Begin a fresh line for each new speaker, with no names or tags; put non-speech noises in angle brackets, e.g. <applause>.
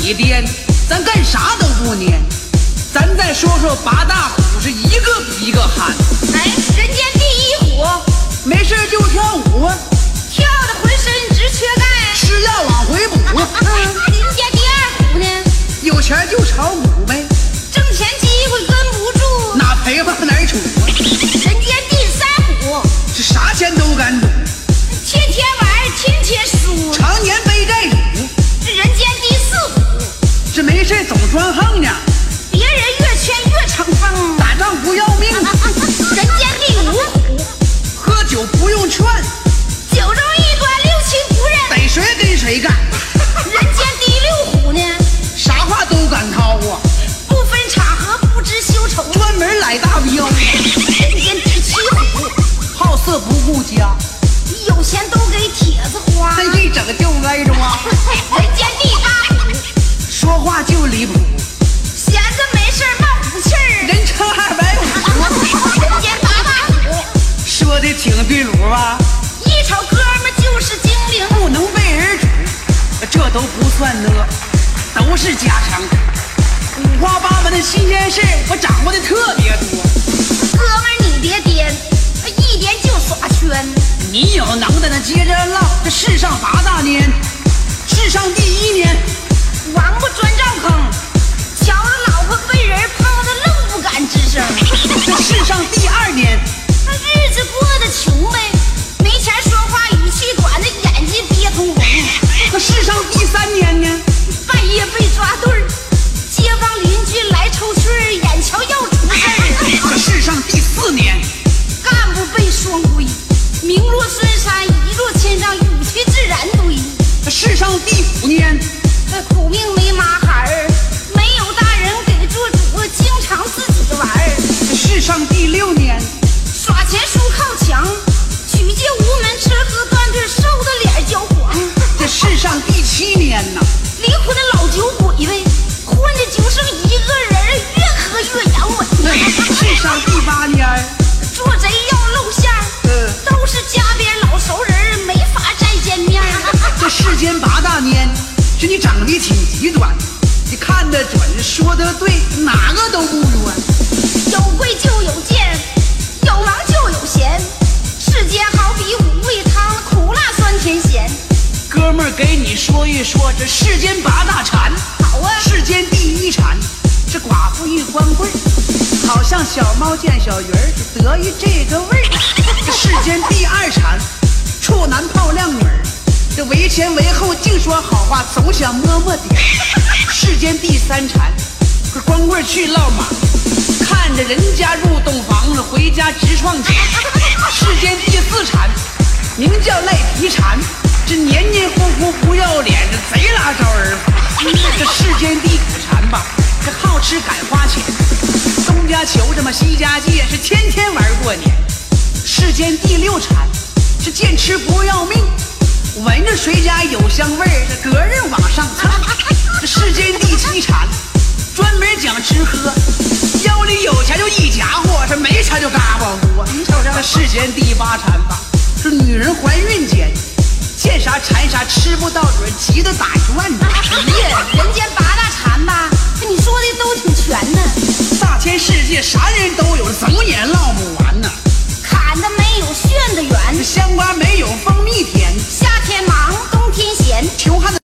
你颠，咱干啥都不粘。咱再说说八大虎是一个比一个憨，
哎，人间第一虎，
没事就跳舞啊，
跳的浑身直缺钙。
吃药往回补啊，
嗯，人间第二虎呢，
有钱就炒股呗，
挣钱机会跟不住。
哪赔吧哪杵啊，
人间第三虎，
这啥钱都敢赌，
天天玩，天天输。
常年背债主，
这人间第四虎，
这没事总装横呢，
别人越圈越成风。
打仗不要命，
人间第五虎，
喝酒不用劝，
九州一端六亲不认。
逮谁跟谁干，
人间第六虎呢，
啥话都敢掏啊，
不分场合，不知羞丑。
专门来大彪，
人间第七虎，
好色不顾家，
有钱都给帖子花。
这一整就挨着啊，
人间第八虎，
说话就离谱，
闲着没事儿冒虎气儿。
人称二百五，
人间八大虎，
说的挺对路啊吧。
一瞅哥们儿就是精灵。
不能被人煮，这都不算呢，都是家常。五花八门的新鲜事儿我掌握的特别多。
哥们儿你别颠，一颠就耍圈。
你有能耐的接着唠，这世上八大年，世上第一年，
王八钻灶坑，瞧着老婆被人碰的愣不敢吱声。
这世上第二年，
那日子过得穷呗，没钱说话语气短，那眼睛憋通红。
这世上第三年呢，
半夜被抓对儿，街坊邻居来抽趣儿，眼瞧要出事儿。
这世上第四年，
干部被双规，名落孙山，一落千丈，语气自然堆。
这世上第五年，
那苦命没妈孩儿，没有大人给做主，经常自己玩儿，
这世上第六年，
耍钱输靠墙，举借无门，吃喝断罪，瘦的脸焦黄。
这世上第七年呐，
离婚的老酒鬼呗，混的就剩一个人儿，越喝越阳 <laughs> 痿。
这世上第八年儿，
做贼要露馅儿，
嗯
都是家边老熟人儿，没法再见面儿。
<laughs> 这世间八大年，是你长得挺极端，你看得准，说得对，哪个都不冤。
有贵就有贱，有忙就有闲，世间好比五味汤，苦辣酸甜咸。
哥们儿，给你说一说这世间八大馋。
好啊
世间第一馋是寡妇一光棍儿，好像小猫见小鱼儿，得意这个
<laughs>
味儿。这世间第二馋，处男泡靓女儿，这为前为后净说好话，总想摸摸
<laughs>
底儿。世间第三馋，是光棍儿去落马，看着人家入洞房了，回家直撞
<laughs>
墙。世间第四馋，名叫赖皮馋，这黏黏糊糊不要脸，这贼拉招人烦。这世间第五馋吧，这好吃敢花钱，东家求这么西家借，是天天玩过年。世间第六馋，是见吃不要命，闻着谁家有香味儿，这隔日往上蹭。这世间第七馋，专门讲吃喝，腰里有钱就一家伙，这没钱就嘎巴窝。你瞅这世间第八馋吧，是女人怀孕间，见啥馋啥，吃不到嘴，急得打转呢。
哎呀，人间八大馋吧，哎你说的都挺全呢。
大千世界啥人都有，怎么也唠不完呢？
砍的没有炫的圆
这，香瓜没有蜂蜜甜，
夏